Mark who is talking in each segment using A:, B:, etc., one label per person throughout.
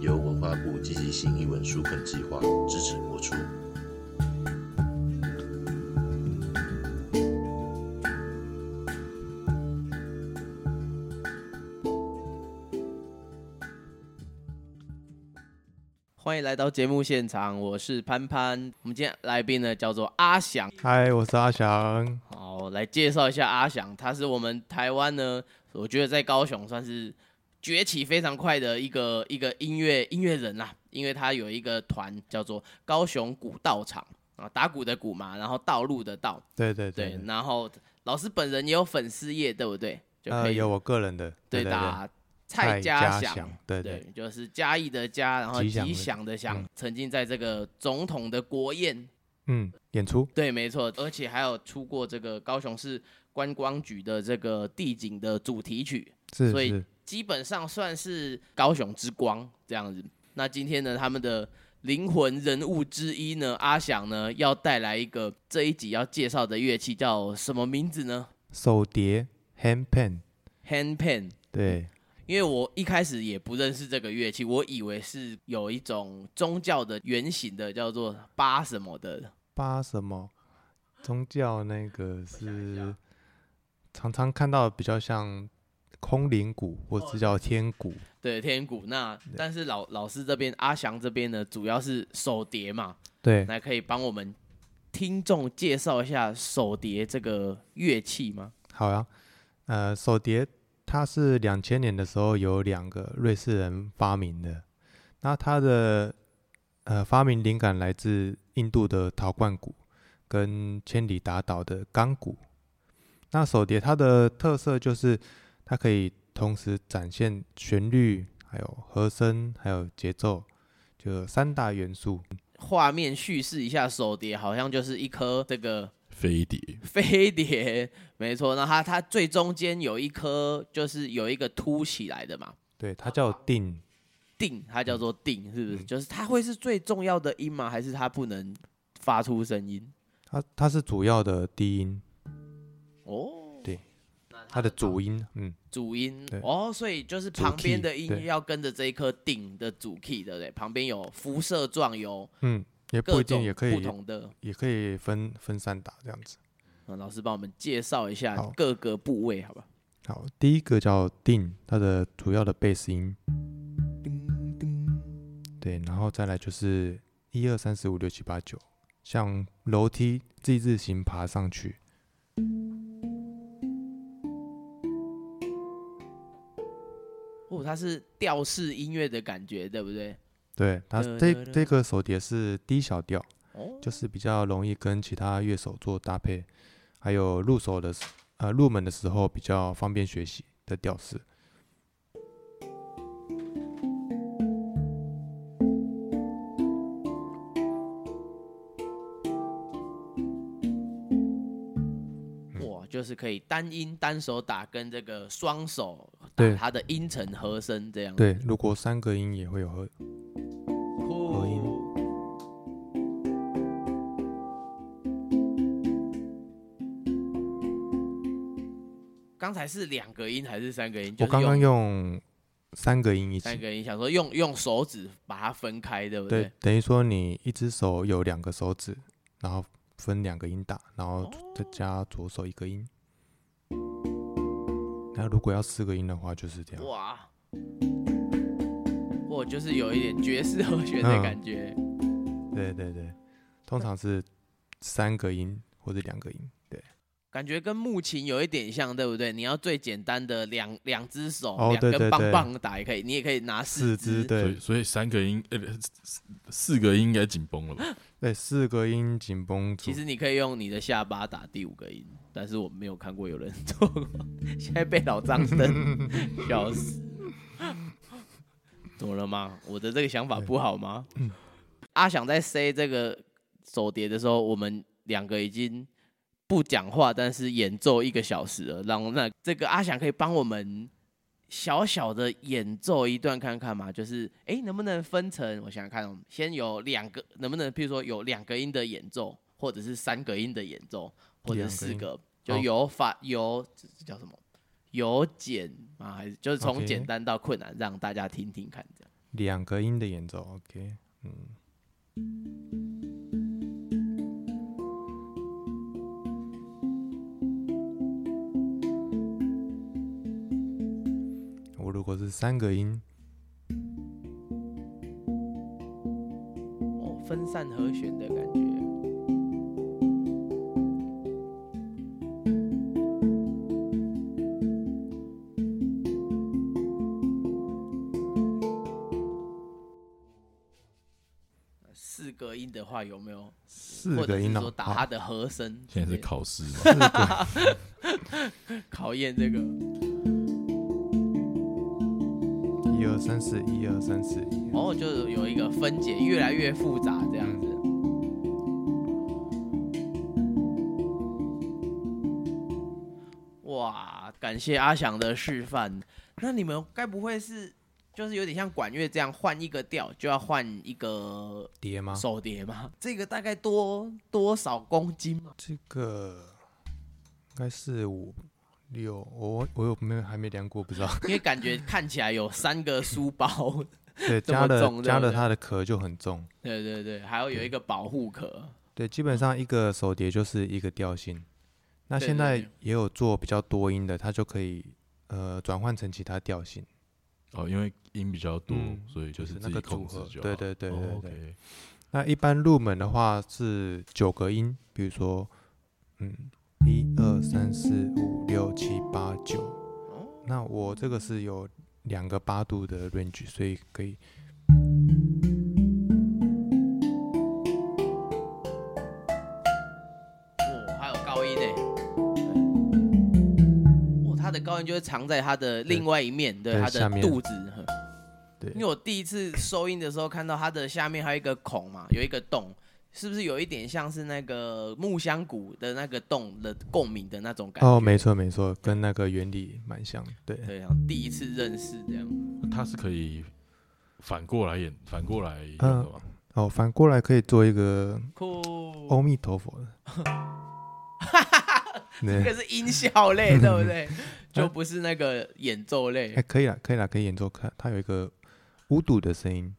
A: 由文化部积极性译文书本计划支持播出。
B: 欢迎来到节目现场，我是潘潘。我们今天来宾呢叫做阿翔，
C: 嗨，我是阿翔。
B: 好，我来介绍一下阿翔，他是我们台湾呢，我觉得在高雄算是崛起非常快的一个一个音乐音乐人啦，因为他有一个团叫做高雄古道场啊，打鼓的鼓嘛，然后道路的道，
C: 对对
B: 对，然后老师本人也有粉丝页，对不对？就可
C: 呃，
B: 以
C: 有我个人的，
B: 对
C: 对，
B: 打蔡
C: 蔡
B: 家
C: 祥
B: 祥。，
C: 对
B: 对，就是嘉义的嘉，然后
C: 吉祥
B: 吉
C: 的
B: 祥的祥
C: 嗯，
B: 曾经在这个总统的国宴
C: 嗯，演出，
B: 对，没错，而且还有出过这个高雄市观光局的这个地景的主题曲，
C: 是
B: 所以
C: 是，
B: 基本上算是高雄之光这样子。那今天呢，他们的灵魂人物之一呢，阿翔呢，要带来一个这一集要介绍的乐器叫什么名字呢
C: 手碟 hand pan，
B: ？Handpan。
C: 对，
B: 因为我一开始也不认识这个乐器，我以为是有一种宗教的原型的，叫做巴什么的。
C: 八什么宗教那个是常常看到比较像空灵鼓，或
B: 哦
C: 是叫天鼓，
B: 对天鼓，那但是老老师这边阿翔这边呢，主要是手碟嘛，
C: 对，
B: 那可以帮我们听众介绍一下手碟这个乐器吗？
C: 好呀、呃，手碟它是两千年的时候有两个瑞士人发明的，那它的呃发明灵感来自印度的陶罐鼓跟千里达岛的钢鼓。那手碟它的特色就是它可以同时展现旋律、还有和声、还有节奏，就有三大元素。
B: 画面叙事一下，手碟好像就是一颗这个
A: 飞碟，
B: 飞碟，没错。那它它最中间有一颗，就是有一个凸起来的嘛，
C: 对，它叫定。
B: 定，它
C: 嗯
B: 叫做定，是不是？就是它会是最重要的音吗？还是它不能发出声音？
C: 它它是主要的低音，
B: 哦，
C: 对它的主音，嗯，
B: 主音
C: 对
B: 哦，所以就是
C: 主
B: 旁边
C: key，
B: 的音
C: 对
B: 要跟着这一颗顶的主 key，对不对？旁边有辐射状，有
C: 嗯，也不
B: 各
C: 一定，
B: 种
C: 也可
B: 不
C: 以，
B: 同的。
C: 也可以分分散打这样子。
B: 嗯，老师帮我们介绍一下
C: 好
B: 各个部位，好吧？
C: 好，第一个叫定，它的主要的贝斯音，对，然后再来就是一二三四五六七八九，像楼梯 Z 字形爬上去，
B: 哦，它是调式音乐的感觉，对不对？
C: 对，它
B: 得
C: 这
B: 得得
C: 这个手碟是 D 小调，
B: 哦，
C: 就是比较容易跟其他乐手做搭配，还有入手的时呃入门的时候比较方便学习的调式。
B: 哇，就是可以单音单手打，跟这个双手哦打
C: 对
B: 它的音程和声这样。
C: 对，如果三个音也会有合
B: 酷，
C: 合音
B: 刚才是两个音还是三个音？就
C: 我
B: 是
C: 刚刚
B: 用
C: 用三个音一
B: 三
C: 起，
B: 个音，想说用用手指把它分开，对不
C: 对，等于说你一只手有两个手指，然后分两个音打，然后再
B: 哦
C: 加左手一个音。那如果要四个音的话，就是这样。
B: 哇，哇，就是有一点爵士和弦的
C: 嗯
B: 感觉。
C: 对对对，通常是三个音或者两个音。对，
B: 感觉跟木琴有一点像，对不对？你要最简单的两两只手、
C: 哦
B: 两
C: 对
B: 根
C: 对
B: 棒
C: 对
B: 棒打也可以，你也可以拿
C: 四
B: 只
C: 肢。
D: 所以
C: 对
D: 所以三个音，呃，四四个音应该紧绷了 吧？
C: 对，四个音紧绷住
B: 其。实你可以用你的下巴打第五个音，但是我没有看过有人 做过，现在被老张瞪，,笑死。怎么了吗？我的这个想法不好吗？阿翔在塞这个手碟的时候，我们两个已经不讲话，但是演奏一个小时了。让那这个阿翔可以帮我们小小的演奏一段看看吗？就是哎、诶能不能分成？我想想看哦，先有两个，能不能譬如说有两个音的演奏，或者是三个音的演奏，或者是四
C: 两个哦
B: 个，就
C: 好
B: 由法由这这叫什么？由简啊，还是就是从
C: OK
B: 简单到困难，让大家听听看这样。
C: 两个音的演奏，OK，嗯。我如果是三个音，
B: 哦，分散和弦的感觉。四个音的话有没有？
C: 四
B: 或者
C: 个
B: 是
C: 音
B: 说
C: 哦，
B: 打
C: 好
B: 它的和声，
D: 现在是考试嘛，
C: 四个，
B: 考验这个。
C: 一二三四，一二三四，一
B: 然后就有一个分解，越来越复杂这样子。哇，感谢阿翔的示范。那你们该不会是就是有点像管乐这样换一个调就要换一个
C: 叠吗？
B: 手碟吗？这个大概多多少公斤吗？
C: 这个应该是五六，我我有没有还没量过，不知道。
B: 因为感觉看起来有三个书包，
C: 对，
B: 这
C: 加
B: 么
C: 了
B: 重对
C: 加了
B: 不对
C: 它的壳就很重。
B: 对对对，还要有一个保护壳。
C: 对，基本上一个手碟就是一个调性。那
B: 对
C: 现
B: 对
C: 在
B: 对
C: 也有做比较多音的，它就可以呃转换成其他调性。
D: 哦，因为音比较多
C: 嗯，
D: 所以就
C: 就是
D: 是自
C: 那
D: 己
C: 个
D: 控制
C: 组合
D: 就好。
C: 对对对对
D: 哦
C: 对
D: OK
C: 那一般入门的话是九个音，比如说嗯一二三四五六七八九。
B: 哦，
C: 那我这个是有两个八度的 range，所以可以
B: 哦，还有高音呢。哦，他的高音就会藏在他的另外一面，对，
C: 对
B: 他
C: 下
B: 的
C: 面
B: 肚子。呵
C: 对
B: 因为我第一次收音的时候，看到他的下面还有一个孔嘛，有一个洞，是不是有一点像是那个木箱鼓的那个洞的共鸣的那种感觉？
C: 哦，没错没错，跟那个原理蛮像。对，
B: 对，然后第一次认识这样。
D: 那它是可以反过来演，反过来用的吗？
C: 哦，反过来可以做一个
B: 酷，
C: 阿弥陀佛 的。
B: 这
C: 对，
B: 个是音效类，对不 对？就不是那个演奏类
C: 哎，。可以了，可以了，可以演奏看，它有一个五度的声音，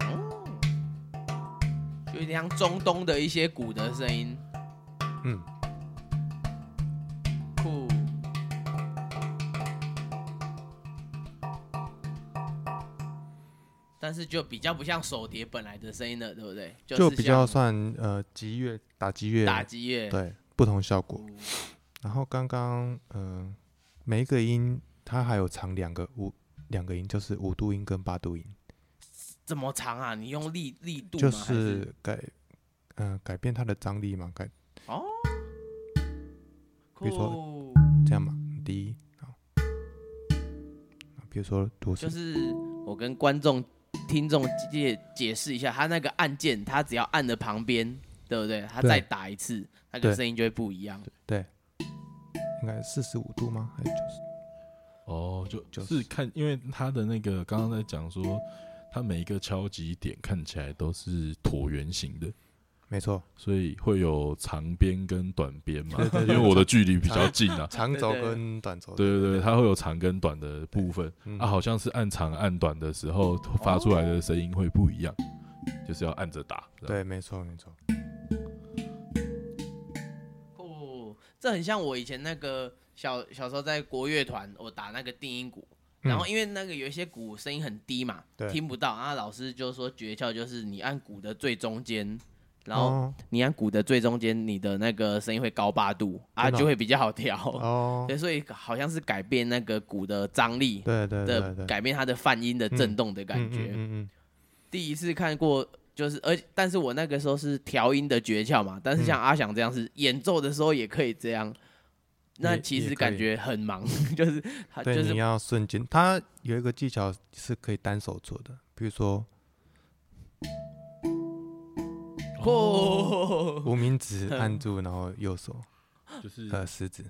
B: 哦，就有点像中东的一些鼓的声音。
C: 嗯，
B: 酷。但是就比较不像手碟本来的声音了，对不对？就
C: 就是比较
B: 像
C: 算呃击乐打击乐，
B: 打击乐。
C: 对不同效果。
B: 哦
C: 然后刚刚嗯，每一个音它还有藏两个五两个音，就是五度音跟八度音，
B: 怎么长啊？你用力力度吗？
C: 就
B: 还是
C: 是改嗯、改变它的张力嘛，改比如说
B: 酷，
C: 这样嘛，第一好，啊比如说多是
B: 就是我跟观众、听众解解释一下，他那个按键，他只要按的旁边，对不对？他
C: 对
B: 再打一次，那个
C: 对
B: 声音就会不一样。
C: 应该四十五度吗？还是九十？
D: 哦，就
C: 就
D: 就是是看，因为它的那个刚刚在讲说，它每一个敲击点看起来都是椭圆形的，
C: 没错，
D: 所以会有长边跟短边嘛。
C: 对对
D: 因
C: 对，
D: 为我的距离比较近啊
C: 长
B: 对
C: 轴
B: 对
C: 跟短轴。
D: 对对对，它会有长跟短的部分。
C: 嗯
D: 啊，好像是按长按短的时候
B: 哦
D: 发出来的声音会不一样，就是要按着打。这样，
C: 对，没错没错。
B: 哦，这很像我以前那个小小时候在国乐团，我打那个定音鼓，
C: 嗯
B: 然后因为那个有一些鼓声音很低嘛，
C: 对
B: 听不到，然啊后老师就说诀窍就是你按鼓的最中间，然后
C: 哦
B: 你按鼓的最中间，你的那个声音会高八度啊，
C: 真的哦
B: 就会比较好调。
C: 哦，
B: 对，所以好像是改变那个鼓的张力
C: 对对对
B: 的
C: 对，
B: 改变它的泛音的震
C: 嗯
B: 动的感
C: 嗯
B: 觉。
C: 嗯嗯
B: 第一次看过，就是而且但是我那个时候是调音的诀窍嘛，但是
C: 嗯
B: 像阿翔这样是演奏的时候也可以这样，那
C: 也
B: 其
C: 也
B: 实
C: 可
B: 感
C: 以
B: 觉很忙， 就是他
C: 嗯，
B: 啊就
C: 对，
B: 是
C: 你要瞬间，它有一个技巧是可以单手做的，比 如说
B: 哦，
C: 无名指按住，然后右手
D: 就是
B: 哎
C: 呃食指，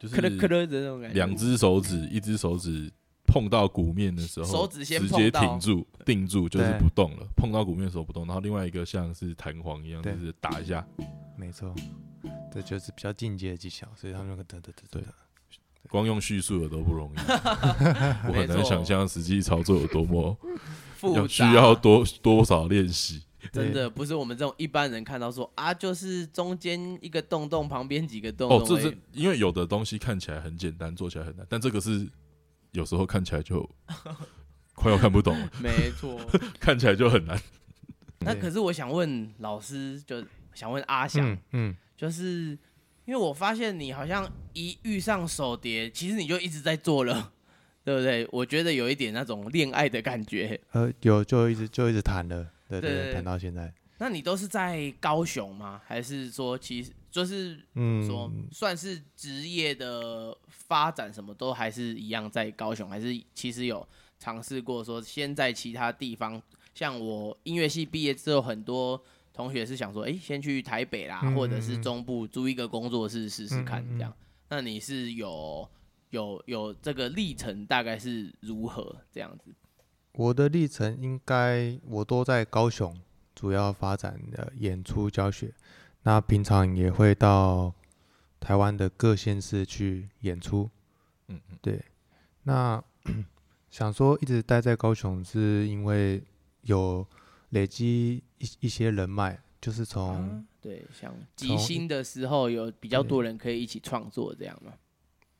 D: 就
B: 咯咯咯
D: 是
B: 的那种感觉，
D: 两只手指，一只手指碰到鼓面的时候，
B: 手指先
D: 直
B: 碰
D: 接
B: 到
D: 停住定住，就是
C: 对
D: 不动了。碰到鼓面的时候不动，然后另外一个像是弹簧一样，就
C: 对
D: 是打一下。
C: 没错，这就是比较进阶的技巧，所以他们那个得得得得
D: 对
C: 得，
D: 光用叙述的都不容 易，我
B: 没
D: 很
B: 错
D: 难想象实际操作有多么
B: 复杂
D: 要需要多多少练习。
B: 真的不是我们这种一般人看到说啊，就是中间一个洞洞，旁边几个洞洞
D: 哦
B: 而，已。
D: 这是因为有的东西看起来很简单，做起来很难，但这个是有时候看起来 就快要看不懂了，
B: 没 错。
D: 看起来就很难。
B: 那
C: 对
B: 可是我想问老师，就想问阿翔，
C: 嗯嗯，
B: 就是因为我发现你好像一遇上手碟，其实你就一直在做了， 对不对？我觉得有一点那种恋爱的感觉。
C: 呃，有就一直就一直谈了，对
B: 对
C: 对
B: 对
C: 对，谈到现在，
B: 那你都是在高雄吗？还是说其实就是说
C: 嗯，
B: 算是职业的发展，什么都还是一样在高雄，还是其实有尝试过说先在其他地方，像我音乐系毕业之后，很多同学是想说，哎、先去台北啦，
C: 嗯
B: 或者是
C: 嗯嗯
B: 中部租一个工作室试试看
C: 嗯嗯嗯
B: 这样。那你是有有有这个历程，大概是如何这样子？
C: 我的历程应该我都在高雄主要发展的演出教学，那平常也会到台湾的各县市去演出。
D: 嗯嗯，
C: 那 想说一直待在高雄，是因为有累积一一些人脉，就是从
B: 啊对，像即兴的时候，有比较多人可以一起创作这样吗？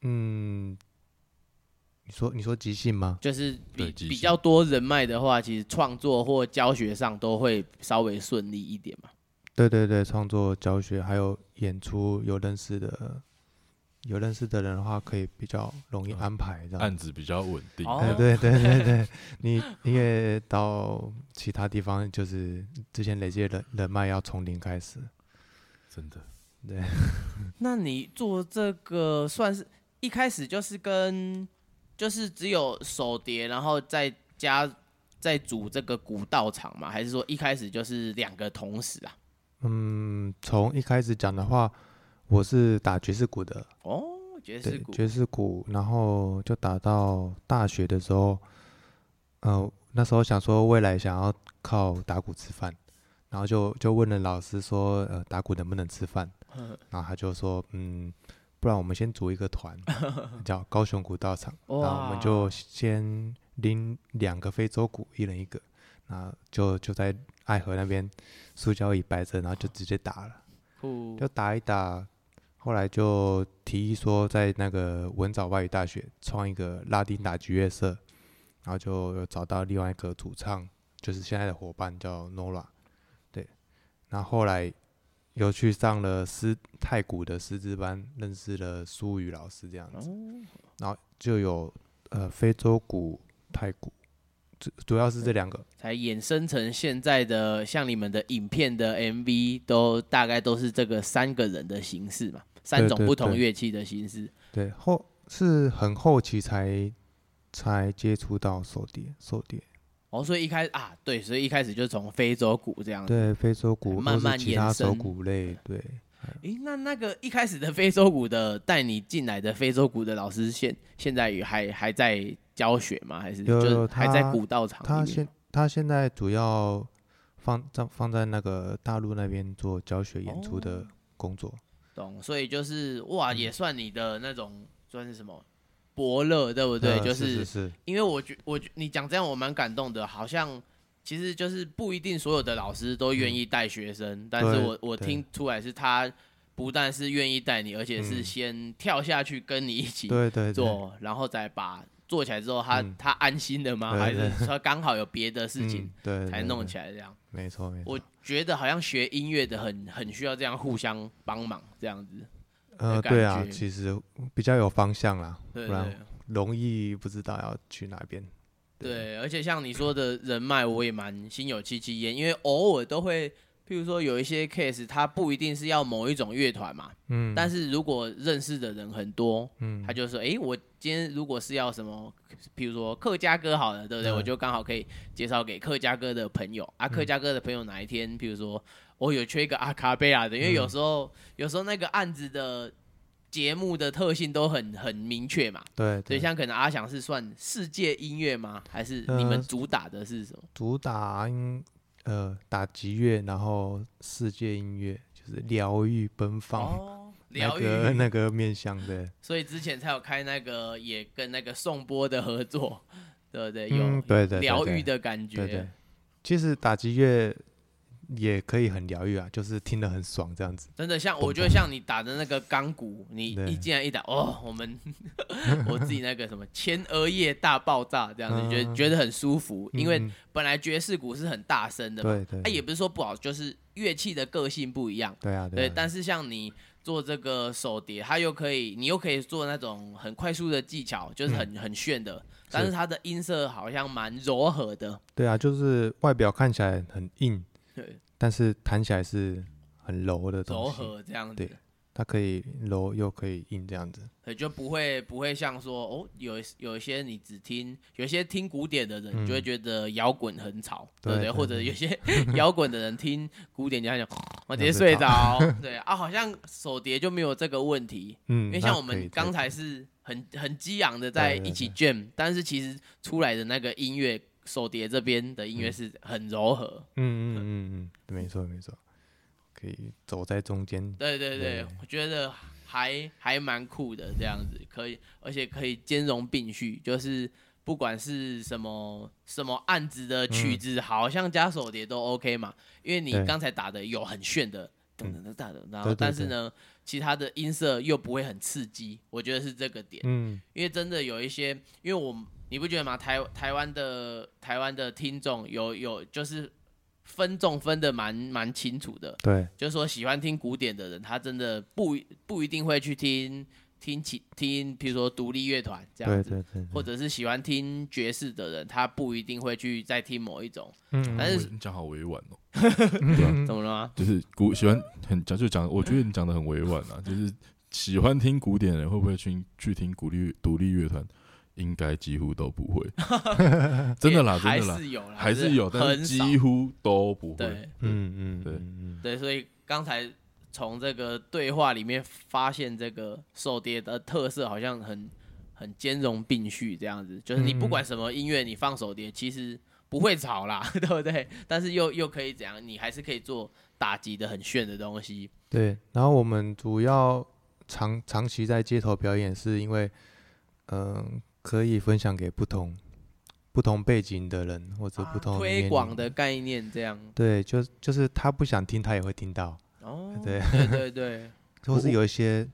C: 嗯，你说你说即兴吗？
B: 就是比
D: 对即兴
B: 比较多人脉的话，其实创作或教学上都会稍微顺利一点嘛。
C: 对对对，创作、教学还有演出，有认识的有认识的人的话，可以比较容易
D: 嗯
C: 安排这样。
D: 案子比较稳定，
B: 哦
C: 哎，对对对对，你你也到其他地方，就是之前累积的人人脉要从零开始。
D: 真的。
C: 对，
B: 那你做这个算是一开始就是跟就是只有手碟，然后再加再组这个古道场嘛？还是说一开始就是两个同时啊？
C: 嗯，从一开始讲的话，我是打爵士鼓的，
B: 哦，爵士
C: 对，
B: 鼓，
C: 爵士鼓，然后就打到大学的时候，呃，那时候想说未来想要靠打鼓吃饭，然后就就问了老师说，呃，打鼓能不能吃饭？ 然后他就说，嗯，不然我们先组一个团，叫高雄鼓道场，然后我们就先拎两个非洲鼓，一人一个，那就就在爱河那边塑胶椅摆着，然后就直接打了。
B: 酷
C: 就打一打，后来就提议说在那个文藻外语大学创一个拉丁打击乐社，然后就有找到另外一个主唱，就是现在的伙伴叫 Nora，对，然后后来又去上了师太古的师资班，认识了苏宇老师这样
B: 哦
C: 子，然后就有呃非洲鼓、太鼓，主主要是这两个，
B: 才衍生成现在的像你们的影片的 MV 都大概都是这个三个人的形式嘛，三
C: 对
B: 种
C: 对
B: 不同
C: 对
B: 乐器的形式。
C: 对，后是很后期才才接触到手碟，手碟。
B: 哦，所以一开始啊，对，所以一开始就从非洲鼓这样子。
C: 对，非洲鼓
B: 嗯慢
C: 或是
B: 慢
C: 其
B: 延
C: 他手
B: 伸
C: 鼓类，对，
B: 诶，那那个一开始的非洲鼓的带你进来的非洲鼓的老师现，现在也还还在教学吗？还是
C: 有
B: 就是
C: 有
B: 还在
C: 他
B: 古道场
C: 他
B: 里面
C: 现他现在主要放在放在那个大陆那边做教学演出的
B: 哦
C: 工作，
B: 懂？所以就是哇，
C: 嗯
B: 也算你的那种算是什么伯乐，对哦不对？
C: 呃
B: 就是
C: 是
B: 因为我觉我觉你讲这样我蛮感动的，好像其实就是不一定所有的老师都愿意带学生，但是
C: 嗯对
B: 我我
C: 对
B: 听出来是他不但是愿意带你，而且是
C: 嗯
B: 先跳下去跟你一起
C: 对对对，
B: 做，然后再把做起来之后他，他、
C: 嗯
B: 安心了吗？
C: 对
B: 还是
C: 对
B: 说刚好有别的事情
C: 嗯对
B: 才弄
C: 来，
B: 起来这样？
C: 对没错没错，
B: 我觉得好像学音乐的很很需要这样互相帮忙这样子，
C: 呃
B: 感
C: 对啊，
B: 觉
C: 其实比较有方向啦，
B: 对
C: 不然
B: 对。
C: 容易不知道要去哪边，
B: 对，而且像你说的人脉，我也蛮心有戚戚焉，因为偶尔都会，譬如说有一些 case，它不一定是要某一种乐团嘛，
C: 嗯，
B: 但是如果认识的人很多，
C: 嗯
B: 他就说，诶，我今天如果是要什么，譬如说客家歌好了，对不对？
C: 嗯
B: 我就刚好可以介绍给客家歌的朋友啊，客家歌的朋友哪一天，譬如说我有缺一个阿卡贝拉的，因
C: 嗯
B: 为有时候、有时候那个案子的节目的特性都很很明确嘛，
C: 对
B: 所以
C: 对，
B: 像可能阿翔是算世界音乐吗？还是你们
C: 呃
B: 主打的是什么？
C: 主打音呃打击乐，然后世界音乐就是疗愈奔放，
B: 哦，
C: 那
B: 疗愈、
C: 个那个面向的，
B: 所以之前才有开那个也跟那个宋波的合作， 对不对？有
C: 嗯，对对，对
B: 疗愈
C: 对
B: 的感觉，
C: 对对，其实打击乐也可以很疗愈啊，就是听得很爽这样子。
B: 真的像我觉得像你打的那个钢鼓，你
C: 对
B: 一进来一打，哦，我们 我自己那个什么前额叶大爆炸这样子，
C: 嗯
B: 觉得觉得很舒服，因为
C: 嗯
B: 本来爵士鼓是很大声的嘛，
C: 对对，
B: 啊也不是说不好，就是乐器的个性不一样，
C: 对啊
B: 对，
C: 啊
B: 但是像你做这个手碟，它又可以，你又可以做那种很快速的技巧，就是很、
C: 嗯
B: 很炫的，但是它的音色好像蛮柔和的，
C: 对啊，就是外表看起来很硬，
B: 对，
C: 但是弹起来是很柔的
B: 柔
C: 东西，
B: 和这样子
C: 对，它可以柔又可以硬这样子。
B: 对，就不会不会像说哦，有有一些你只听，有一些听古典的人就会觉得摇滚很吵，对不
C: 嗯对
B: 对？
C: 对
B: 或者有些 摇滚的人听古典就讲，我直接
C: 那是
B: 睡着，对啊，好像手碟就没有这个问题，
C: 嗯，
B: 因为
C: 那
B: 像我
C: 可以
B: 们
C: 对
B: 刚才是很很激昂的在
C: 对对
B: 一起 jam，但是其实出来的那个音乐手碟这边的
C: 嗯
B: 音乐是很柔和，
C: 嗯嗯嗯嗯，对没错没错，可以走在中间。
B: 对对对，
C: 对
B: 我觉得还还蛮酷的这样子，可以而且可以兼容并蓄，就是不管是什么什么案子的曲子，好像加手碟都 OK 嘛，因为你
C: 嗯对嗯
B: 刚才打的有很炫的。噔噔噔噔噔，然后
C: 对对
B: 但是呢，其他的音色又不会很刺激，我觉得是这个点。
C: 嗯，
B: 因为真的有一些，因为我们你不觉得吗？台台湾的台湾的听众有有就是分众分的蛮蛮清楚的，
C: 对，
B: 就是说喜欢听古典的人，他真的不不一定会去听听其听，比如说独立乐团这样
C: 对
B: 子。
C: 对对，
B: 或者是喜欢听爵士的人，他不一定会去再听某一种，
C: 嗯
B: 但是
D: 你讲好委婉 哦，
B: 怎么了吗？
D: 就是古喜欢很讲就讲，我觉得你讲的很委婉啊，就是喜欢听古典的人会不会去去听古力独立乐团？应该几乎都不 会，真的啦，真
B: 还
D: 的啦，
B: 是有啦，
D: 还是有，但
B: 很
D: 是
B: 少。
D: 几乎都不会。
B: 对
C: 嗯嗯
D: 对
C: 嗯
B: 对，所以刚才从这个对话里面发现，这个手碟的特色好像很很兼容并蓄，这样子，就是你不管什么音乐，你放手碟其实不会吵啦， 对不对？但是又又可以怎样？你还是可以做打击的很炫的东西。
C: 对，然后我们主要长长期在街头表演，是因为嗯、可以分享给不同不同背景的人或者不同、
B: 啊推广的。概念这样
C: 对，就就是他不想听，他也会听到，
B: 哦，
C: 对
B: 对对对，
C: 或是有一些，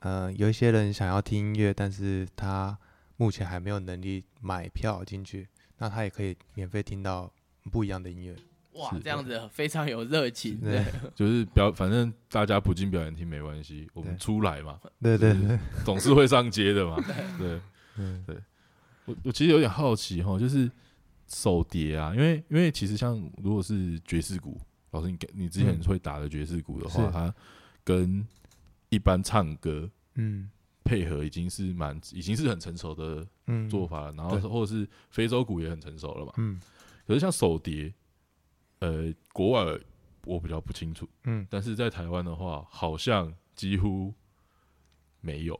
C: 呃，有一些人想要听音乐，但是他目前还没有能力买票进去，那他也可以免费听到不一样的音乐。
B: 哇
D: 是，
B: 这样子非常有热情，
C: 对
B: 对，
D: 就是表，反正大家不进表演厅没关系，我们
C: 对
D: 出来嘛，
C: 对对
D: 对
C: 对，
D: 总是会上街 的嘛。对，
C: 嗯
D: 我我其实有点好奇哈，就是手碟啊，因为因为其实像如果是爵士鼓，老师你给你之前
C: 嗯
D: 会打的爵士鼓的话，
C: 是
D: 它跟一般唱歌
C: 嗯
D: 配合已经是蛮已经是很成熟的
C: 嗯，
D: 做法了，然后
C: 对
D: 或者是非洲鼓也很成熟了嘛。
C: 嗯
D: 可是像手碟，呃，国外我比较不清楚，
C: 嗯，
D: 但是在台湾的话，好像几乎没有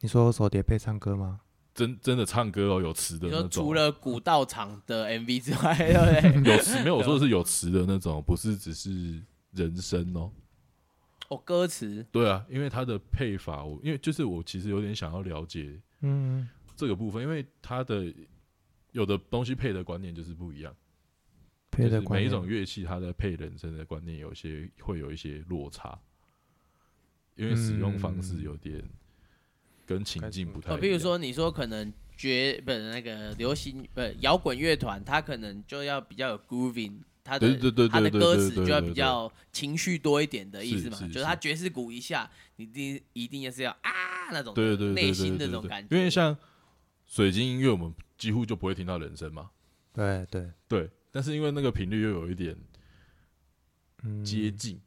C: 你说手碟配唱歌吗？
D: 真真的唱歌哦，有词的
B: 你
D: 那
B: 说
D: 种。
B: 除了古道场的 MV 之外，对不对？
D: 有词哎没有？我说的是有词的那种，不是只是人声哦。
B: 哦，歌词
D: 对啊，因为它的配法，我因为就是我其实有点想要了解
C: 嗯，
D: 这个部分，因为它的有的东西配的观念就是不一样，
C: 配
D: 就
C: 的
D: 是每一种乐器它在配人声的观念有些会有一些落差，因为使用方式有点跟情境不太一
B: 哦，
D: 样。
B: 比如说你说可能爵不是那个流行不是摇滚乐团，它可能就要比较有 grooving，它的
D: 对对对对
B: 它的
D: 对
B: 歌
D: 对
B: 词
D: 对
B: 就要
D: 对
B: 比
D: 对
B: 较情绪多一点的意思
D: 是
B: 嘛，
D: 是
B: 就是
D: 是
B: 它爵士鼓一下，你一定一定也是要啊那种
D: 对对对对
B: 内
D: 对
B: 心的
D: 对
B: 那种
D: 对
B: 感觉，
D: 因为像水晶音乐，我们几乎就不会听到人声嘛。
C: 对对，
D: 对，但是因为那个频率又有一点
C: 嗯，
D: 接近，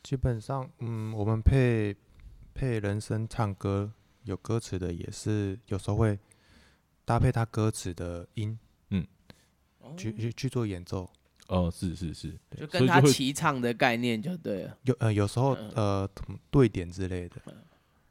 C: 基本上，嗯，我们配配人声唱歌有歌词的，也是有时候会搭配他歌词的音
B: 哦
C: 去去去做演奏。
D: 哦，是是是，
B: 就
D: 所
B: 跟
D: 以就
B: 它
D: 会
B: 齐唱的概念就对了，
C: 有呃，有时候
B: 嗯
C: 呃同对点之类的，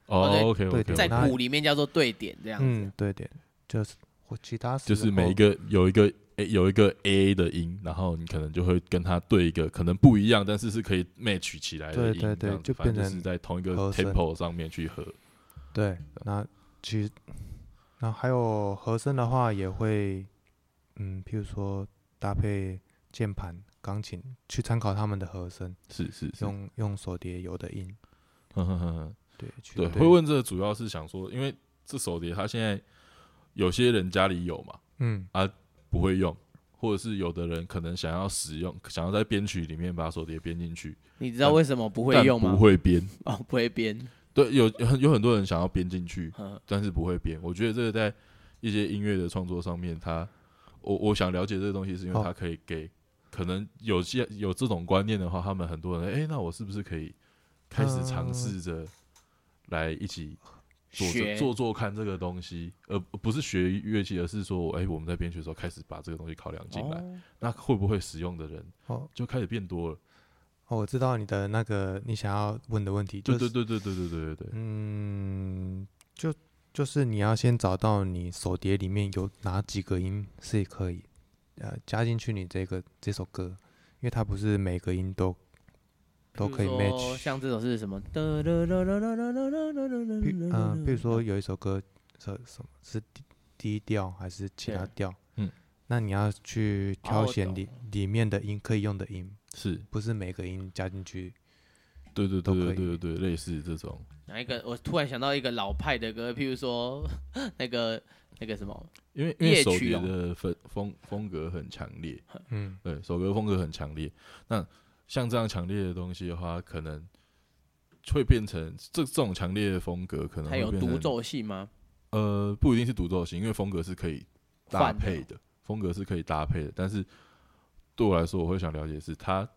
D: 哦
B: 对
D: ，OK
C: 对
D: OK，
C: 对
B: 在
C: 那
B: 鼓里面叫做对点这样子，
C: 嗯，对点就是或其他
D: 就
C: 时
D: 是每
C: 候
D: 一个有一个诶有一个 A 的音，然后你可能就会跟它对一个可能不一样，但是是可以 match 起来的
C: 对
D: 音，
C: 对对
D: 这样子
C: 就
D: 反正
C: 变
D: 就
C: 成
D: 是在同一个
C: 和声
D: tempo 上面去合。
C: 对，那其实，然后还有和声的话也会，嗯，譬如说搭配键盘、钢琴去参考他们的和声，
D: 是是是，
C: 用用手碟有的音，
D: 哼哼哼哼
C: 对，去
D: 对，会，问这个主要是想说，因为这手碟它现在有些人家里有嘛，
C: 嗯，
D: 不会用，或者是有的人可能想要使用，想要在编曲里面把手碟编进去，
B: 你知道为什么不会
D: 但
B: 用吗？
D: 不会编。
B: 哦，不会编。
D: 对，有很有很多人想要编进去，
B: 嗯
D: 但是不会编。我觉得这个在一些音乐的创作上面，它我我想了解这个东西，是因为
C: 哦
D: 它可以给、可能有些有这种观念的话，他们很多人，哎、那我是不是可以开始
B: 嗯
D: 尝试着来一起做
B: 学
D: 这做做看这个东西，而不是学乐器，而是说，哎、我们在编曲的时候开始把这个东西考量进来，
B: 哦
D: 那会不会使用的人
C: 哦
D: 就开始变多了？
C: 哦，我知道你的那个你想要问的问题，就
D: 对
C: 是
D: 对对对对对对对对，
C: 嗯，就就是你要先找到你手碟里面有哪几个音是可以呃加进去你这个这首歌，因为它不是每个音都都可以
B: 比如说
C: match。
B: 像这种是什么？嗯
C: 嗯、呃，比如说有一首歌是什么是低低调还是其他
B: 对
C: 调？
D: 嗯，
C: 那你要去
B: 哦
C: 挑
B: 我
C: 选
B: 懂
C: 里里面的音可以用的音，
D: 是，
C: 不是每个音加进去。
D: 对对
C: 都
D: 对对
C: 可以
D: 对对，对类似这种。
B: 哪一个？我突然想到一个老派的歌，譬如说 那个那个什么，
D: 因为因为
B: 夜
D: 手
B: 曲
D: 碟
B: 哦
D: 的风风风格很强烈，
C: 嗯，
D: 对，手碟风格很强烈。那像这样强烈的东西的话，可能会变成这这种强烈的风格，可能
B: 它
D: 会
B: 有
D: 变成
B: 独，奏性吗？
D: 呃，不一定是独奏型，因为风格是可以搭
B: 换的
D: 配的，风格是可以搭配的。但是对我来说，我会想了解是它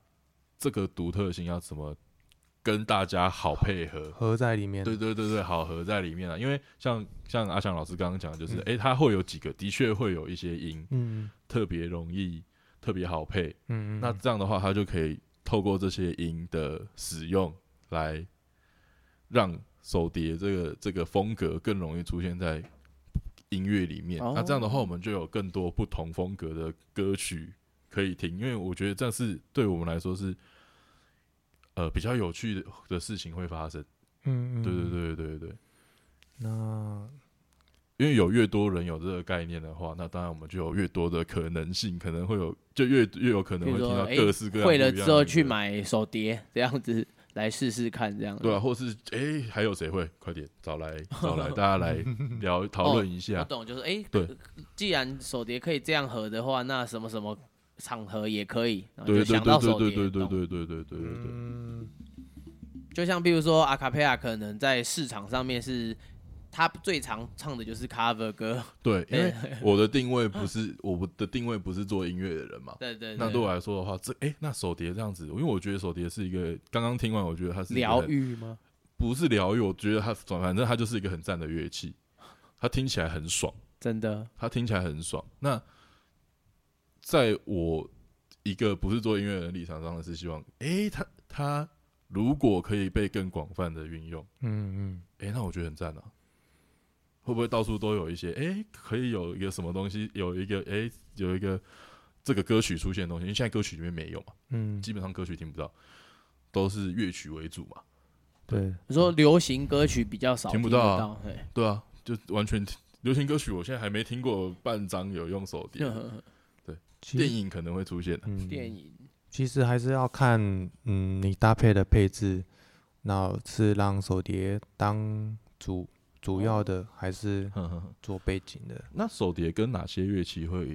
D: 这个独特性要怎么跟大家好配合，
C: 合在里面。
D: 对对对对，好合在里面啊。因为像像阿翔老师刚刚讲，的
B: 嗯
D: 就是诶，它会有几个的确会有一些音，
C: 嗯
D: 特别容易、特别好配。
C: 嗯嗯，
D: 那这样的话，它就可以透过这些音的使用，来让手碟这个这个风格更容易出现在音乐里面。
B: 哦
D: 那这样的话，我们就有更多不同风格的歌曲可以听，因为我觉得这是对我们来说是。呃，比较有趣的的事情会发生，
C: 嗯嗯，
D: 对对。对对对对，
C: 那
D: 因为有越多人有这个概念的话，那当然我们就有越多的可能性，可能会有就越越有可能
B: 譬
D: 会
B: 如
D: 听
B: 说
D: 到
B: 哎
D: 各式各样不
B: 会
D: 一样的
B: 了之后去
D: 歌，
B: 买手碟，这样子来试试看，这样子。
D: 对啊，或是哎、还有谁会？快点找来 找来，大家来聊讨论一
B: 我
D: 下。
B: 懂，就是哎、
D: 对
B: 呃既然手碟可以这样合的话，那什么什么场合也可以，然后就
D: 对对
B: 想
D: 对
B: 到
D: 对
B: 手碟。
D: 对对对
B: 懂
D: 对对对对对，
C: 嗯
B: 就像比如说阿卡贝拉，可能在市场上面是他最常唱的就是 cover 歌，
D: 对，因为
B: 对
D: 我的定位不是我的定位不是做音乐的人嘛。
B: 对对
D: 那对我来说的话，这哎、那手碟这样子，因为我觉得手碟是一个刚刚听完，我觉得它是一个
B: 疗
D: 很
B: 愈吗？
D: 不是疗愈，我觉得它反正它就是一个很赞的乐器，它听起来很爽。
B: 真的，
D: 它听起来很爽。那在我一个不是做音乐人的立场上，是希望，诶、它它如果可以被更广泛的运用，
C: 嗯
D: 诶、那我觉得很赞啊。会不会到处都有一些，诶、可以有一个什么东西，有一个，诶、有一个这个歌曲出现的东西，因为现在歌曲里面没有嘛，
C: 嗯，
D: 基本上歌曲听不到，都是乐曲为主嘛，
C: 对，
B: 你说流行歌曲比较少
D: 听不
B: 到,、
D: 到啊
B: 对
D: 对啊，就完全听流行歌曲，我现在还没听过半张有用手碟，
C: 其
D: 电
C: 实
D: 影可能会出现的、啊
C: 嗯
B: 电影
C: 其实还是要看嗯你搭配的配置，那是让手碟当主主要的，还是
D: 哼哼哼
C: 做背景的？
D: 那手碟跟哪些乐器会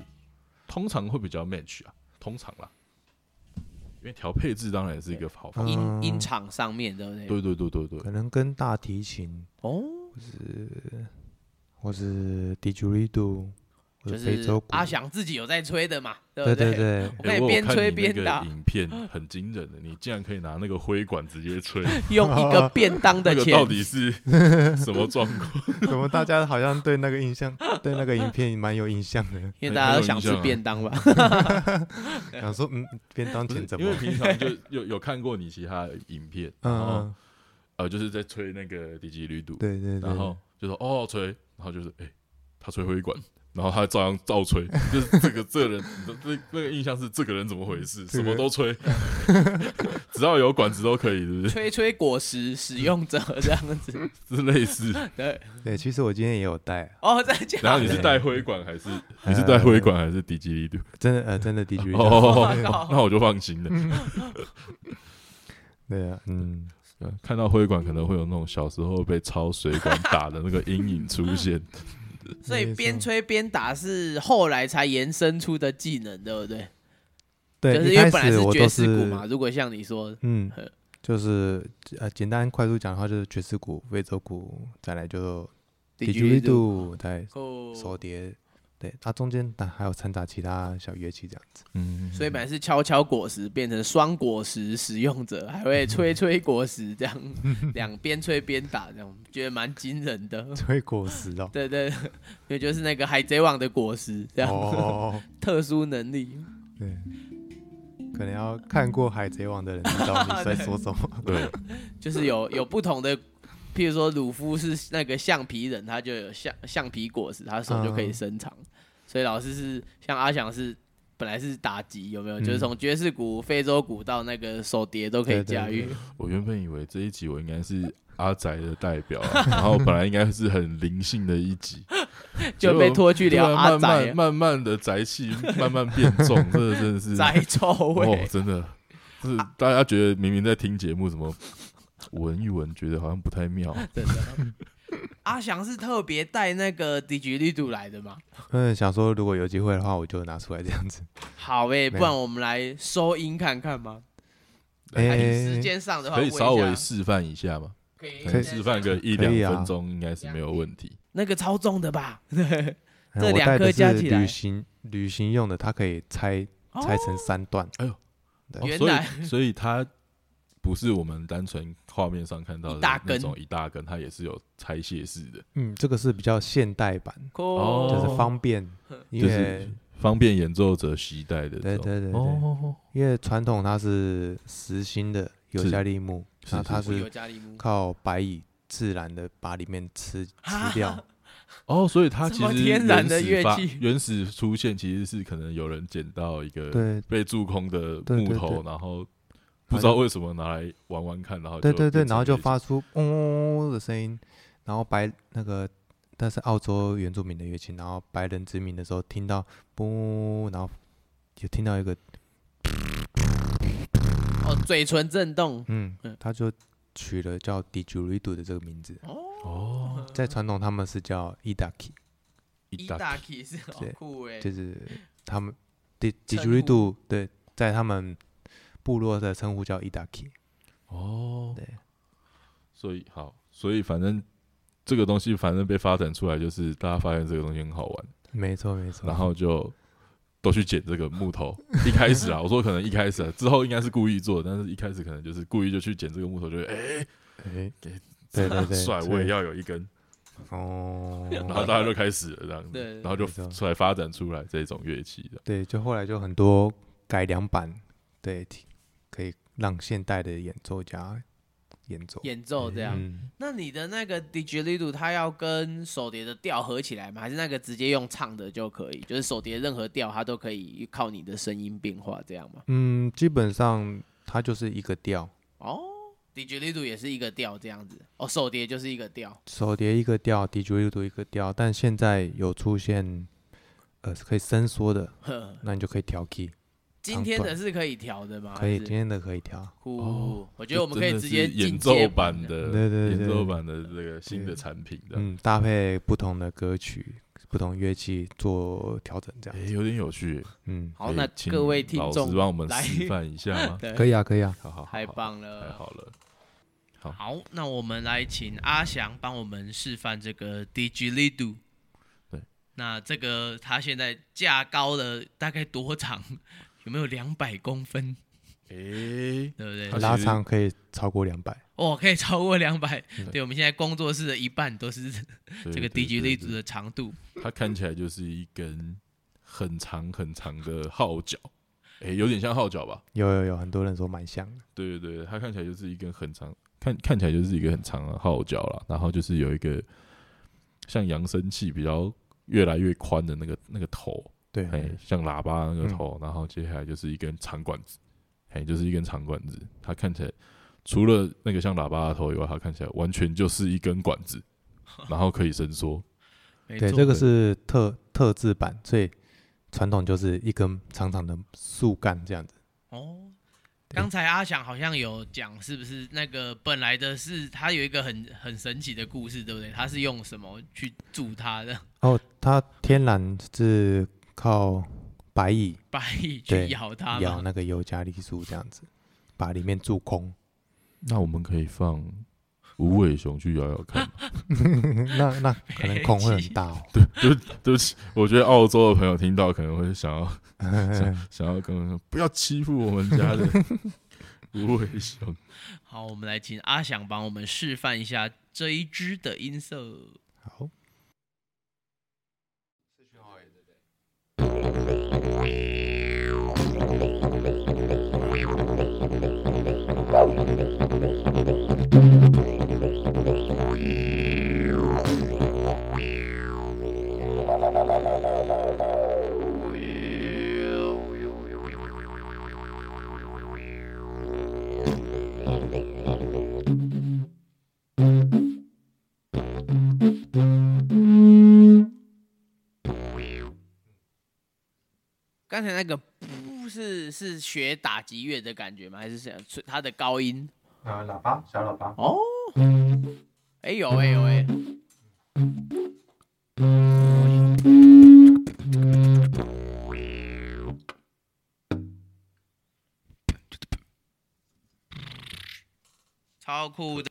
D: 通常会比较 match 啊？通常啦，因为调配置当然也是一个好方法。
B: 音、
C: 嗯
B: 音场上面，对不对？
D: 对对对对对，
C: 可能跟大提琴
B: 哦，
C: 或是 d i g e r i d o 或
B: 就
C: 者非洲
B: 是
C: 鼓，
B: 阿翔自己有在吹的嘛，对
C: 对
B: 不
C: 对对，
B: 我
D: 诶
B: 看你
D: 我有
B: 边
D: 看
B: 吹
D: 你那
B: 边打
D: 个，影片很惊人的，你竟然可以拿那个灰管直接吹，
B: 用一个便当
D: 那
B: 的
D: 个
B: 钱
D: 到，底是什么状况？
C: 怎么大家好像对那个印象，对那个影片蛮有印象的，
B: 因为大家都想吃
D: 很有印象啊
B: 便 当吧？
C: 想说嗯，便当
D: 不
C: 前
D: 是
C: 怎
D: 因
C: 么
D: 为？平常就有有看过你其他影片，然后
C: 嗯，
D: 呃就是在吹那个低级绿度，
C: 对对对，
D: 然后就说哦吹，然后就是哎、他吹灰管，然后他照样照吹， 就是这个这个人，那那个印象是这个人怎么回事，
C: 这
D: 什
C: 个
D: 么都吹， 只要有管子都可以，是不 是？
B: 吹吹果实使用者这样子，
D: 是类 似。
B: 对，
C: 对，其实我今天也有带啊，
B: 哦，再见。
D: 然后你是带灰管 还是你是带灰管还是低基力度？
C: 真的呃真的 DJ
D: 哦
B: 我靠，
D: 那我就放心了。
C: 对啊，嗯，
D: 嗯看到灰管可能会有那种小时候被抄水管打的那个阴影出现，
B: 所以
C: 没错
B: 边吹边打是后来才延伸出的技能，对不对？
C: 对，
B: 就是
C: 一
B: 因为
C: 开
B: 本来
C: 始我
B: 爵
C: 都
B: 士鼓
C: 是
B: 嘛。如嗯果像你说，
C: 嗯
B: 呵，
C: 就是呃简单快速讲的话，就是爵士鼓、非洲鼓，再来就
B: Didgeridoo
C: 度，再
B: 哦，
C: 手碟，对，它中间但还有掺杂其他小乐器这样子。
D: 嗯，
B: 所以本来是敲敲果实变成双果实使用者，还会吹吹果实这样，两边吹边打这样，觉得蛮惊人的。
C: 吹果实哦，
B: 对对，对也就是那个海贼王的果实这样，
C: 哦，
B: 特殊能力。
C: 对，可能要看过《海贼王》的人知道你在说 什么。
D: 对，
B: 就是有有不同的，譬如说鲁夫是那个橡皮人，他就有橡橡皮果实，他手就可以伸长。所以老师是像阿翔是本来是打击，有没有？
C: 嗯
B: 就是从爵士鼓、非洲鼓到那个手碟都可以
C: 对对
B: 驾驭。
D: 我原本以为这一集我应该是阿宅的代表啊、然后本来应该是很灵性的一集，
B: 就被拖去
D: 结
B: 聊
D: 果
B: 阿
D: 慢慢
B: 宅
D: 慢慢的宅气慢慢变重，这个真的是
B: 宅臭
D: 哦
B: 味，，啊
D: 真的就是大家觉得明明在听节目，怎么闻一闻觉得好像不太妙？
B: 真的。阿翔是特别带那个迪吉力度来的嘛？
C: 嗯，想说如果有机会的话，我就拿出来这样子。
B: 好诶、
C: 没有
B: 不然我们来收音看看吗？
C: 哎
B: 哎，时间上的话，
D: 可以
B: 问一
D: 稍微
B: 下
D: 示范一下吗？
B: 可以
C: 可以
D: 示范个一两分钟应该是没有问题。
B: 那个超重的吧？
C: 嗯
B: 这
C: 我
B: 两
C: 带
B: 颗
C: 的
B: 加
C: 是
B: 起来
C: 旅行旅行用的，它可以拆
B: 哦
C: 拆成三段。
D: 哦
B: 原
D: 所
B: 来
D: 以所以它不是我们单纯画面上看到
B: 一
D: 的
B: 大根
D: 那种一大根，它也是有拆卸式的，
C: 嗯，这个是比较现代版，
B: 哦，
C: 就是方便，因
D: 就是
C: 为
D: 方便演奏者携带的这
C: 对
D: 种。
C: 对对对
D: 哦，
C: 因为传统它是实心的尤
D: 是
C: 加利木，
D: 是
C: 那它
D: 是
B: 我有
C: 是
B: 加里木，
C: 靠白蚁自然的把里面吃
B: 哈
C: 吃掉。
D: 哦，所以它其
B: 什么
D: 实
B: 天然的
D: 原始发
B: 乐器
D: 原始出现其实是可能有人捡到一个
C: 对
D: 被蛀空的
C: 对
D: 木
C: 对
D: 头，
C: 对
D: 然后不知道为什么拿来玩玩看，然后
C: 对对对，
D: 变
C: 然
D: 成
C: 后就
D: 乐器
C: 发出嗡嗡嗡嗡的声音，然后白那个但是澳洲原住民的乐器，然后白人殖民的时候听到嘣，然后有听到一个
B: 哦，嘴唇震动，
C: 嗯
B: 嗯，
C: 他就取了叫 d i j u r i d u 的这个名字，
D: 哦，
C: 在传统他们是叫 idaki，
D: 一
B: 一
D: 大
B: 大 key 是好
C: 对
B: 酷哎，
C: 就是他们 d i d
B: 称
C: i j
B: 呼
C: u r i d u 对，在他们部落的称呼叫 idaki。
D: 哦，
C: 对，
D: 所以好，所以反正这个东西反正被发展出来，就是大家发现这个东西很好玩，
C: 没错没错，
D: 然后就都去捡这个木头。 一 开始啊，我说可能一开始啊，之后应该是故意做的，但是一开始可能就是故意就去捡这个木头，就会哎，
C: 哎，
D: 给
C: 对 对对，
D: 帅，啊
C: 所
D: 我也
C: 以
D: 要有一根，
C: 哦，
D: 然后大家就开始了这样
B: 对
D: 子，然后就
C: 没错
D: 出来发展出来这种乐器的。
C: 对，就后来就很多改良版，对，提可以让现代的演奏家演奏。
B: 演奏这样。
C: 嗯，
B: 那你的那个 d i g i l i d o 它要跟手碟的调合起来吗？还是那个直接用唱的就可以？就是手碟任何调它都可以靠你的声音变化这样吗？
C: 嗯，基本上它就是一个调，
B: 哦 d i g i l i d o 也是一个调这样子，哦，手碟就是一个调，
C: 手碟一个调，笛九六度一个调，但现在有出现呃是可以伸缩的，
B: 呵，
C: 那你就可以调 key，
B: 今天的是可以调的吗？
C: 可以
B: 还啊是
C: 今
B: 啊
C: 天的可以调。
B: 酷、
D: 哦
B: 我觉得我们可以直接
D: 这真的是演
B: 进阶
D: 奏版的，
C: 对对对
D: 演奏版的这个新的产品的，
C: 嗯，搭配不同的歌曲、不同乐器做调整，这
D: 哎，
C: 样。
D: 有点有趣耶。
C: 嗯，
B: 好，
D: 可以
B: 那
D: 请
B: 各位听
D: 老
B: 众
D: 师帮我们
B: 来
D: 示范一下 吗？
B: 对
C: 可以啊，可以啊。
D: 好好，好
B: 太，棒
D: 好
B: 了，
D: 太好了。
B: 好，那我们来请阿翔帮我们示范这个 d i g i l i d o
D: 对，
B: 那这个它现在架高了大概多长？ 有没有两百公分？
D: 诶，
B: 对不对
D: 它？
C: 拉
D: 其实
C: 长可以超过两百。
B: 哦，可以超过两百。
D: 对
B: 对，我们现在工作室的一半都是这个 d i
D: 低
B: g i
D: 级
B: l i d o 的长度。
D: 它看起来就是一根很长很长的号角，诶，有点像号角吧？
C: 有有有，很多人说蛮像的。
D: 对对对，它看起来就是一根很长，看看起来就是一个很长的号角啦。然后就是有一个像扬声器比较越来越宽的那个那个头，
C: 对，
D: 哎，像喇叭那个头，然后接下来就是一根长管子，哎，就是一根长管子，它看起来除了那个像喇叭的头以外，它看起来完全就是一根管子，然后可以伸缩，
B: 没
C: 对，
B: 错
C: 这个是特特制版，所以传统就是一根长长的树干这样子。
B: 哦。
C: 对
B: 刚才阿翔好像有讲，是不是那个本来的是他有一个很很神奇的故事，对不对？他是用什么去铸它的？
C: 然后它天然是靠白蚁
B: 白蚁去
C: 对
B: 咬它
C: 咬
B: 吗？
C: 啊那个尤加利树这样子，把里面蛀空。
D: 那我们可以放无尾熊去摇摇看吗。
C: 嗯那 那可能孔会很大哦。
D: 对不起，我觉得澳洲的朋友听到可能会想要
C: 对
D: 想要跟我说，不要欺负我们家 的无尾熊。
B: 好，我们来请阿翔帮我们示范一下这一只的音色。
C: 好，
B: 刚才那个不是是学打击乐的感觉吗？还是想吹它的高音？
C: 啊，喇叭，小喇叭，
B: 哦，哎有哎有哎，超酷的。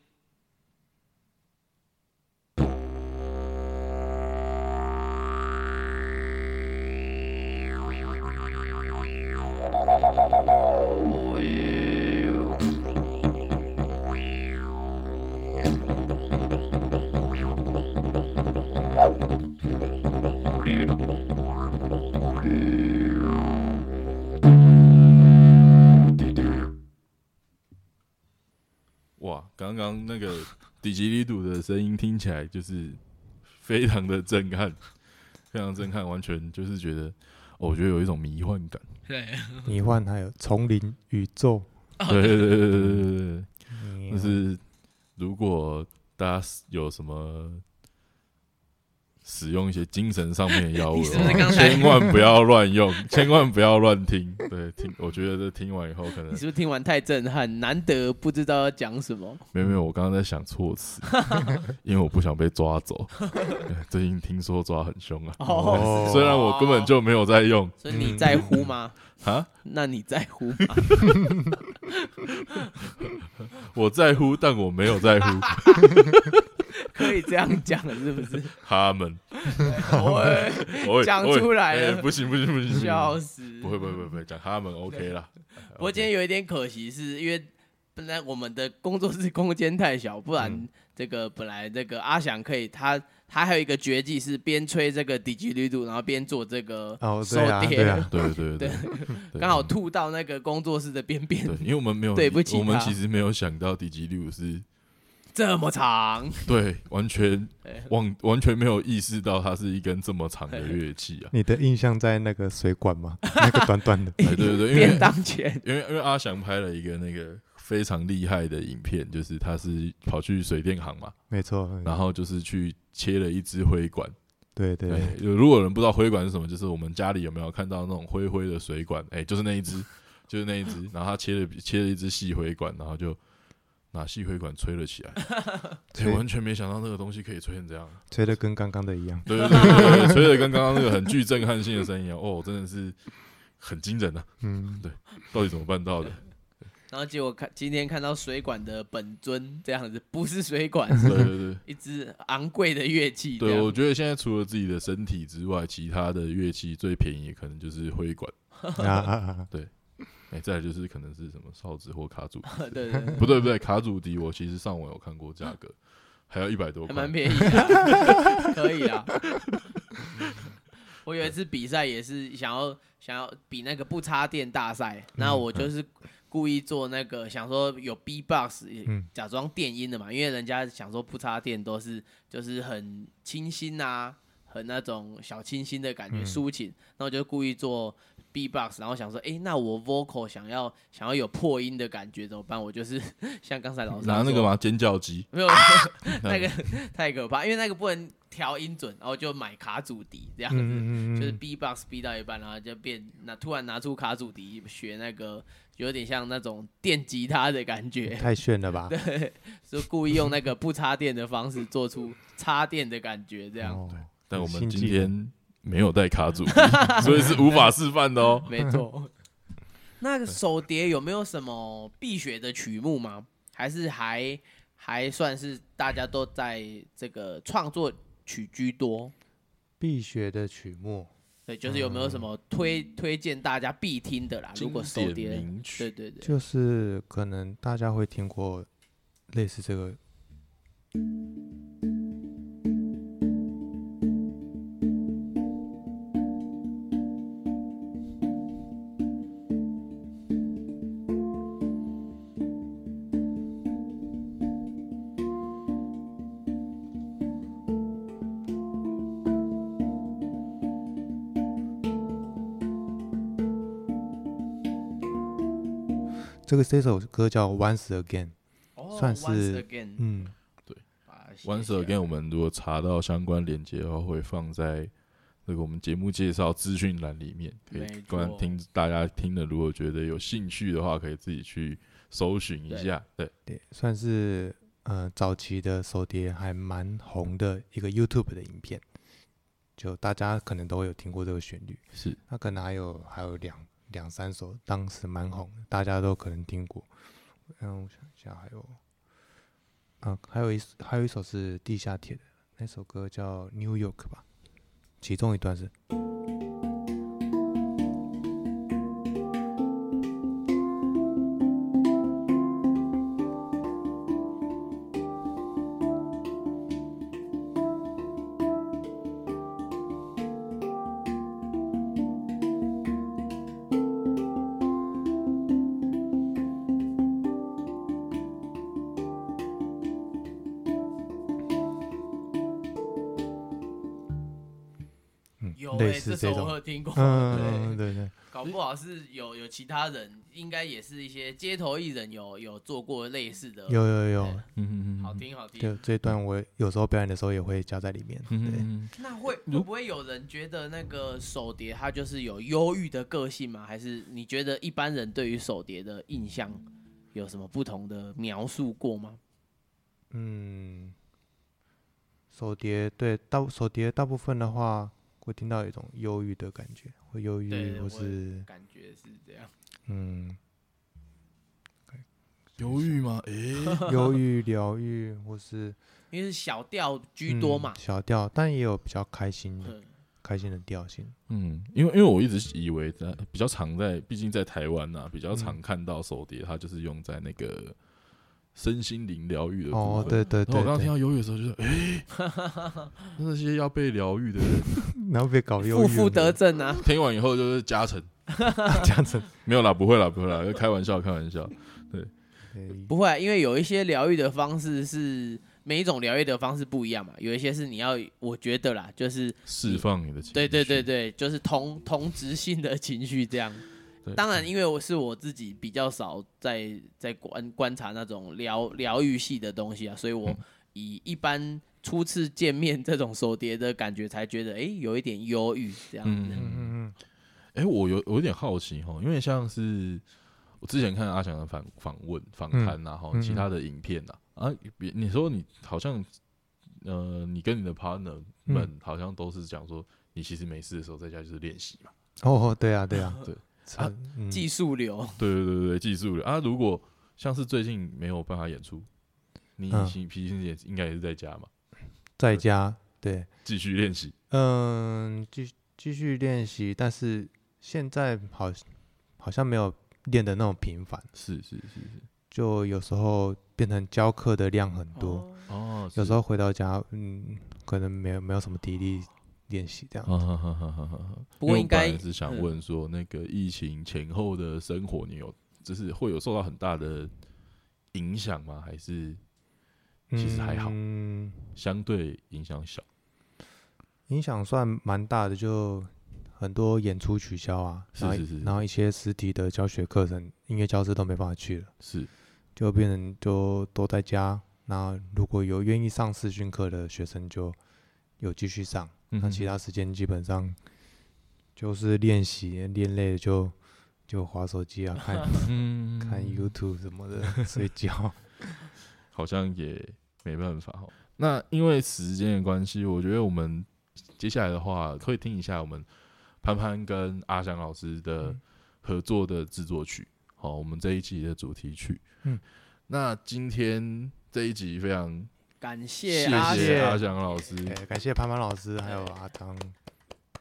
D: 哇，刚刚那个底吉里鲁的声音听起来就是非常的震撼，非常震撼，完全就是觉得，哦，我觉得有一种迷幻感。
B: 对，
C: 迷幻还有丛林宇宙，
D: 哦对对对对对对对对。就
C: 就是
D: 如果大家有什么使用一些精神上面的药物
B: 你是
D: 的
B: 不是
D: 话，
B: 刚才
D: 千万不要 乱用，千万不要乱听。对，听，我觉得这听完以后可能
B: 你是不是听完太震撼，难得不知道要讲什么？
D: 没有没有，我刚刚在想措 辞，因为我不想被抓走。对最近听说抓很凶 啊，
C: 哦
D: 虽然我根本就没有在用
B: 所以你在乎吗？
D: 啊，
B: 那你在乎吗？
D: 我在乎，但我没有 在乎
B: 可以这样讲是不 是？
D: 他们。
B: 喂，
D: 喂
B: 讲
D: 喂
B: 出来了
D: 哎不行不行不行不行，
B: 笑死！
D: 不会不会不会不会，讲他们 OK 啦。
B: 不过今天有一点可惜，是因为本来我们的工作室空间太小，不
D: 嗯
B: 然这个本来这个阿翔可以他。他还有一个绝技是边吹这个底级绿度，然后边做这个
C: 哦，
B: 手
C: 对啊，
B: 碟，
C: 对啊，。
D: 对对对，对
B: 刚好吐到那个工作室的边边
D: 对，，因为我们没有
B: 对不起
D: 我们
B: 他
D: 其实没有想到第几六是，
B: 这么长。
D: 对，完全
B: 对
D: 忘完全没有意识到它是一根这么长的 乐器啊
C: 你的印象在那个水管吗？那个短短的，
D: 哎，对对对，因
B: 便
D: 为
B: 当前，
D: 因为因为阿翔拍了一个那个非常厉害的影片，就是他是跑去水电行嘛，
C: 没 错，嗯
D: 然后就是去切了一支灰管。
C: 对对对
D: 对，有哎如果有人不知道灰管是什么，就是我们家里有没有看到那种灰灰的水管？哎，就是那一只，就是那一只。然后他切了切了一支细灰管，然后就拿细灰管吹了起来。哎，
C: 吹
D: 完全没想到那个东西可以吹成这样。
C: 吹的跟刚刚的一样。
D: 对对对对对，吹的跟刚刚那个很具震撼性的声音一样哦，真的是很惊人啊！
C: 嗯，
D: 到底怎么办到的？
B: 然后结果看今天看到水管的本尊这样子，不是水管，
D: 对
B: 是
D: 对对。
B: 一支昂贵的乐器这
D: 对，我
B: 样。
D: 觉得现在除了自己的身体之外，其他的乐器最便宜可能就是灰管，
C: 啊啊啊！
D: 哎、再来就是可能是什么哨子或卡祖笛
B: 对对对，
D: 不对不对，卡祖笛我其实上网有看过价 格，还要一百多
B: 还
D: 块，
B: 蛮便宜的， 可以啊。我有一次比赛也是想要想要比那个不插电大赛，那
D: 嗯
B: 我就是故意做那个想说有 B box，
C: 嗯
B: 假装电音的嘛，因为人家想说不插电都是就是很清新啊，很那种小清新的感觉，
C: 嗯
B: 抒情，然后就故意做 B-box，然后想说，诶，那我 vocal 想要想要有破音的感觉怎么办？我就是 像刚才老师
D: 拿那个
B: 说
D: 嘛尖叫机，
B: 没有， 那个
C: 嗯
B: 太可怕，因为那个不能调音准，然后就买卡祖笛这样子，
C: 嗯嗯嗯嗯
B: 就是 B box B 到一半，然后就变那突然拿出卡祖笛学那个，有点像那种电吉他的感觉，
C: 太炫了 吧？
B: 就故意用那个不插电的方式做出插电的感觉，这样、
C: 哦
D: 但我们
C: 新
D: 今
C: 技能
D: 天没有带卡组，所以是无法示范的 哦。
B: 没 错。那个手碟有没有什么必学的曲目吗？还是还还算是大家都在这个创作曲居多？
C: 必学的曲目，
B: 对，就是有没有什么推、推荐大家必听的啦？如果手
D: 嗯经
B: 碟
D: 典
B: 的，
D: 名
B: 对
D: 曲，
B: 对对，
C: 就是可能大家会听过类似这个，这个这首歌叫《Once Again》。
B: 哦
C: 算是
B: Once again，啊
C: 嗯，
B: 把它写
D: 《Once
B: 下来
D: Again》我们如果查到相关链接的话，会放在那个我们节目介绍资讯栏里面，可
B: 没
D: 以
B: 错
D: 观听大家听了，如果觉得有兴趣的话，可以自己去搜寻一下。对，
C: 对，算是呃早期的手碟还蛮红的一个 YouTube 的影片，就大家可能都会有听过这个旋律。
D: 是
C: 那可能还有还有两两三首，当时蛮红的，大家都可能听过。嗯，我想一下，还有，嗯、还有一首还有一首是地下铁的那首歌叫《New York》吧，其中一段是，嗯
B: 有，
C: 类
B: 欸
C: 似
B: 这
C: 这
B: 首我
C: 种，
B: 有听过，
C: 嗯，
B: 对，
C: 对对，
B: 搞不好是有有其他人，应该也是一些街头艺人有有做过类似的，
C: 有有有
B: 对，
D: 嗯
B: 好听好听。
C: 就这段我有时候表演的时候也会加在里面，对。
D: 嗯，
B: 那会会不会有人觉得那个手碟它就是有忧郁的个性吗？还是你觉得一般人对于手碟的印象有什么不同的描述过吗？
C: 嗯，手碟对大手碟大部分的话，会听到有一种忧郁的感觉，会忧郁
B: 对
C: 或
B: 我
C: 是
B: 感觉是这样。
C: 嗯
D: 犹豫吗？诶，
C: 忧郁疗愈或 是
B: 因为是小调居多
C: 嗯
B: 嘛。
C: 小调，但也有比较开心的
B: 嗯，
C: 开心的调性。
D: 嗯，因为因为我一直以为在比较常在，毕竟在台湾呐、啊比较常看到手碟，它就是用在那个身心灵疗愈的部分。
C: 哦，对对
D: 然后
C: 对
D: 我刚刚听
C: 对，
D: 到忧郁的 时候，就是诶，那些要被疗愈的人，
C: 然后被搞忧
B: 负
C: 郁，
B: 负得正啊。
D: 听完以后就是加 成，
C: 这样子。
D: 没有啦，不会啦，不会啦，就开玩笑，开玩笑。
C: 对
B: 不会啊、因为有一些疗愈的方式是每一种疗愈的方式不一样嘛，有一些是你要，我觉得啦，就是
D: 释放你的情绪。
B: 对对对对，就是同同质性的情绪这样。
D: 对
B: 当然，因为我是我自己比较少在在观观察那种疗疗愈系的东西啊，所以我
D: 嗯
B: 以一般初次见面这种手碟的感觉，才觉得哎、诶有一点忧郁这样子。
D: 嗯
C: 嗯嗯
D: 哎、我有我有点好奇哈，因为像是我之前看阿翔的访访问访
C: 嗯
D: 谈然后
C: 嗯
D: 其他的影片呐、啊，啊，别你说你好像呃，你跟你的 partner
C: 嗯
D: 们好像都是讲说，你其实没事的时候在家就是练习嘛，
C: 嗯，哦，对啊对 啊，
D: 对
C: 差，嗯
B: 技术流，
D: 对对对对，技术的啊，如果像是最近没有办法演出，你
C: 嗯
D: 平平时也应该也是在家嘛，
C: 在家对，
D: 继续练习，
C: 嗯，继续继续练习，但是现在好好像没有练的那种频繁，
D: 是是是是，
C: 就有时候变成教课的量很多，
B: 哦
D: 哦，
C: 有
D: 是
C: 时候回到家，嗯，可能没有没有什么体力练习这样。
D: 啊哈哈哈哈哈哈！
B: 不过
D: 因为
B: 应
D: 我本来
B: 该
D: 是想
B: 嗯
D: 问说，那个疫情前后的生活，你有就是会有受到很大的影响吗？还是其实还好
C: 嗯，
D: 相对影响小？
C: 影响算蛮大的，就很多演出取消啊，
D: 是
C: 然后
D: 是是
C: 然后一些实体的教学课程、音乐教室都没办法去了，
D: 是
C: 就变成就都在家。那如果有愿意上视讯课的学生，就有继续上。
D: 嗯
C: 那其
D: 哼
C: 他时间基本上就是练习，练累了就就划手机啊，看
D: 嗯
C: 看 YouTube 什么 的，睡觉。
D: 好像也没办法哦。那因为时间的关系，我觉得我们接下来的话可以听一下我们潘潘跟阿翔老师的
C: 嗯
D: 合作的制作曲，好，我们这一集的主题曲。
C: 嗯，
D: 那今天这一集非常
B: 感
D: 谢
B: 谢阿
D: 谢
B: 翔
D: 阿翔老师，
C: 对，感谢潘潘老师还有阿汤，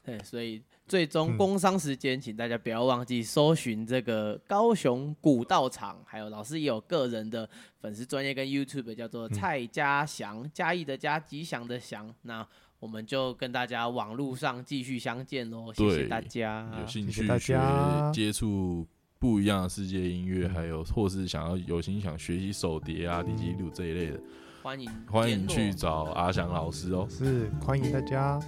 B: 对，所以最
C: 嗯
B: 终工商时间，请大家不要忘记搜寻这个高雄古道场，还有老师也有个人的粉丝专业跟 YouTube 叫做
C: 嗯
B: 蔡家祥，嘉义的嘉，吉祥的祥。那我们就跟大家网路上继续相见喽，谢谢
D: 对
B: 大家，
D: 有兴
C: 啊谢谢
D: 趣
C: 大
D: 学
C: 家
D: 接触不一样的世界音乐，
C: 嗯
D: 还有或是想要有心想学习手碟啊、DG
C: 嗯
D: 六这一类的，
B: 欢迎
D: 欢
B: 联
D: 迎
B: 络
D: 去找阿翔老师哦。
C: 是欢迎大家。